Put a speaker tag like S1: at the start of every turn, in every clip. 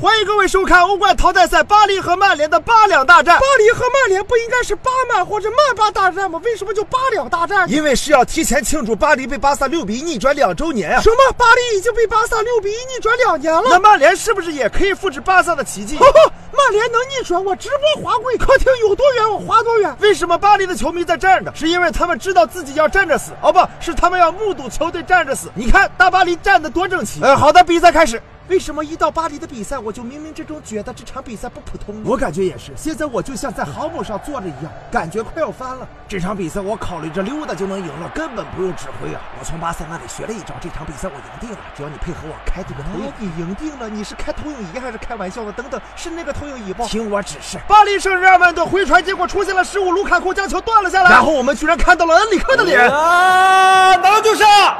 S1: 欢迎各位收看欧冠淘汰赛巴黎和曼联的八两大战。
S2: 巴黎和曼联不应该是巴曼或者曼巴大战吗？为什么就八两大战？
S1: 因为是要提前庆祝巴黎被巴萨六比一逆转两周年啊！
S2: 什么？巴黎已经被巴萨六比一逆转两年了？
S1: 那曼联是不是也可以复制巴萨的奇迹？
S2: 哈哈，曼联能逆转，我直播滑跪，客厅有多远我滑多远。
S1: 为什么巴黎的球迷在站着？是因为他们知道自己要站着死，哦不，是他们要目睹球队站着死。你看大巴黎站得多整齐。呃，好的，比赛开始。
S2: 为什么一到巴黎的比赛，我就冥冥之中觉得这场比赛不普通呢？
S1: 我感觉也是，现在我就像在航母上坐着一样，感觉快要翻了。这场比赛我考虑着溜达就能赢了，根本不用指挥啊！我从巴萨那里学了一招，这场比赛我赢定了。只要你配合我开这个投影，
S2: 哦、你赢定了？你是开投影仪还是开玩笑的？等等，是那个投影仪不？
S1: 听我指示。巴黎圣日耳曼的回传，结果出现了失误，卢卡库将球断了下来，然后我们居然看到了恩里克的脸
S3: 啊！能就上、啊。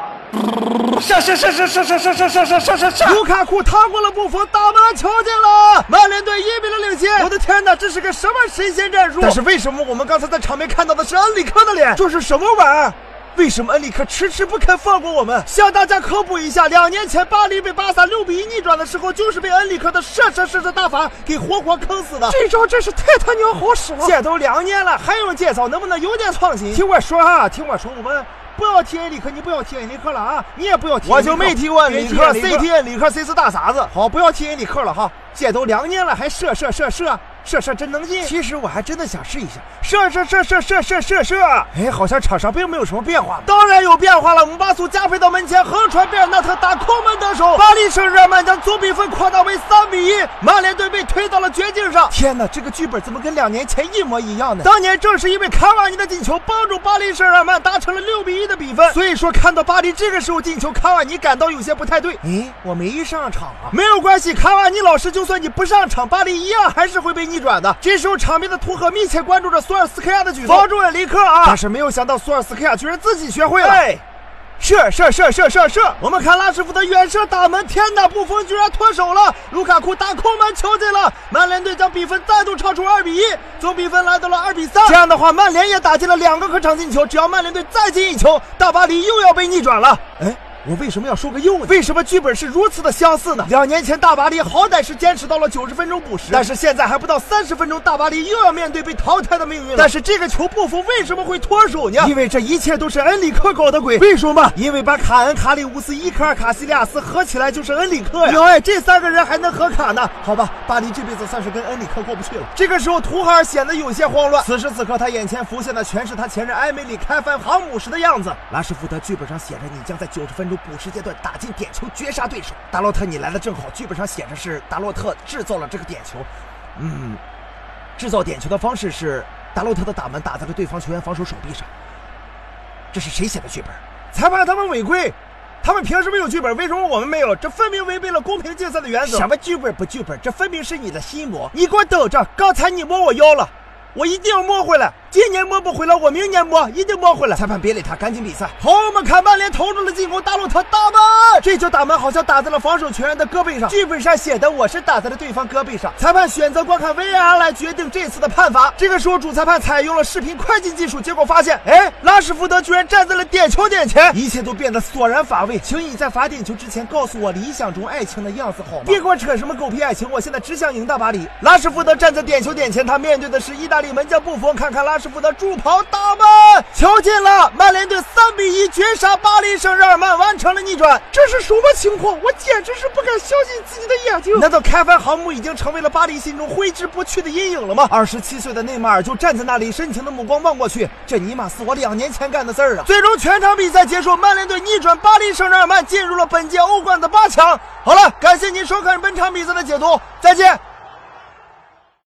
S3: 上上上上上上上上上上上上！
S1: 卢卡库趟过了布冯，打门球进了，曼联队一比零领先。我的天哪，这是个什么神仙战术？
S2: 但是为什么我们刚才在场边看到的是恩里克的脸？
S1: 这是什么玩意儿？
S2: 为什么恩里克迟迟不肯放过我们？
S1: 向大家科普一下，两年前巴黎被巴萨六比一逆转的时候，就是被恩里克的射射射射大法给活活坑死的。
S2: 这招真是太他娘好使了！
S1: 这都两年了，还有介绍，能不能有点创新？
S2: 听我说啊，听我说，我们。不要提恩里克，你不要提恩里克了啊！你也不要提，
S1: 我就没提过恩里克。
S2: 谁
S1: 提恩里克谁是大傻子。
S2: 好，不要提恩里克了哈！这都两年了，还射射射射射射真能进。
S1: 其实我还真的想试一下射射射射射射射射。
S2: 哎，好像场上并没有什么变化。
S1: 当然有变化了，姆巴苏加配到门前，横传贝尔纳特打空门得手，巴黎圣日耳曼将总比分扩大为三比一，曼联队被推到了绝境上。
S2: 天哪，这个剧本怎么跟两年前一模一样呢？
S1: 当年正是因为卡瓦尼的进球，帮助巴黎圣日耳曼达成了六比一。的比分，所以说看到巴黎这个时候进球，卡瓦尼感到有些不太对。
S2: 诶，我没上场啊，
S1: 没有关系，卡瓦尼老师，就算你不上场，巴黎一样还是会被逆转的。这时候场边的图赫密切关注着索尔斯克亚的举动，
S2: 防住了雷克啊，
S1: 但是没有想到索尔斯克亚居然自己学会了。
S2: 哎
S1: 射射射射射射！我们看拉什福德远射打门，天哪，布冯居然脱手了！卢卡库打空门球进了，曼联队将比分再度超出二比一，总比分来到了二比三。这样的话，曼联也打进了两个客场进球，只要曼联队再进一球，大巴黎又要被逆转了。
S2: 哎。我为什么要说个又呢？
S1: 为什么剧本是如此的相似呢？两年前大巴黎好歹是坚持到了九十分钟补时，但是现在还不到三十分钟，大巴黎又要面对被淘汰的命运了。但是这个球布冯为什么会脱手呢？
S2: 因为这一切都是恩里克搞的鬼。
S1: 为什么？
S2: 因为把卡恩、卡里乌斯、伊科尔、卡西利亚斯合起来就是恩里克呀！
S1: 哟哎，这三个人还能合卡呢？
S2: 好吧，巴黎这辈子算是跟恩里克过不去了。
S1: 这个时候，图哈尔显得有些慌乱。
S2: 此时此刻，他眼前浮现的全是他前任埃梅里开翻航母时的样子。
S1: 拉什福德剧本上写着你将在九十分。入补时阶段打进点球绝杀对手，
S2: 达洛特你来的正好，剧本上写着是达洛特制造了这个点球，嗯，制造点球的方式是达洛特的打门打在了对方球员防守手臂上，这是谁写的剧本？
S1: 裁判他们违规，他们凭什么有剧本？为什么我们没有？这分明违背了公平竞赛的原则。
S2: 什么剧本不剧本？这分明是你的心魔！
S1: 你给我等着，刚才你摸我腰了。我一定要摸回来，今年摸不回来，我明年摸，一定摸回来。
S2: 裁判别理他，赶紧比赛。
S1: 好，我们看曼联投入了进攻，大洛特大门，这球打门好像打在了防守球员的胳膊上。
S2: 剧本上写的我是打在了对方胳膊上。
S1: 裁判选择观看 VAR 来决定这次的判罚。这个时候主裁判采用了视频快进技术，结果发现，哎，拉什福德居然站在了点球点前，
S2: 一切都变得索然乏味。请你在罚点球之前告诉我理想中爱情的样子好吗？
S1: 别给我扯什么狗屁爱情，我现在只想赢大巴黎。拉什福德站在点球点前，他面对的是意大利。门将布冯看看拉什福德助跑打门，球进了！曼联队三比一绝杀巴黎圣日耳曼，完成了逆转。
S2: 这是什么情况？我简直是不敢相信自己的眼睛！
S1: 难道开帆航母已经成为了巴黎心中挥之不去的阴影了吗？
S2: 二十七岁的内马尔就站在那里，深情的目光望过去，这尼玛是我两年前干的事儿啊！
S1: 最终全场比赛结束，曼联队逆转巴黎圣日耳曼，进入了本届欧冠的八强。好了，感谢您收看本场比赛的解读，再见。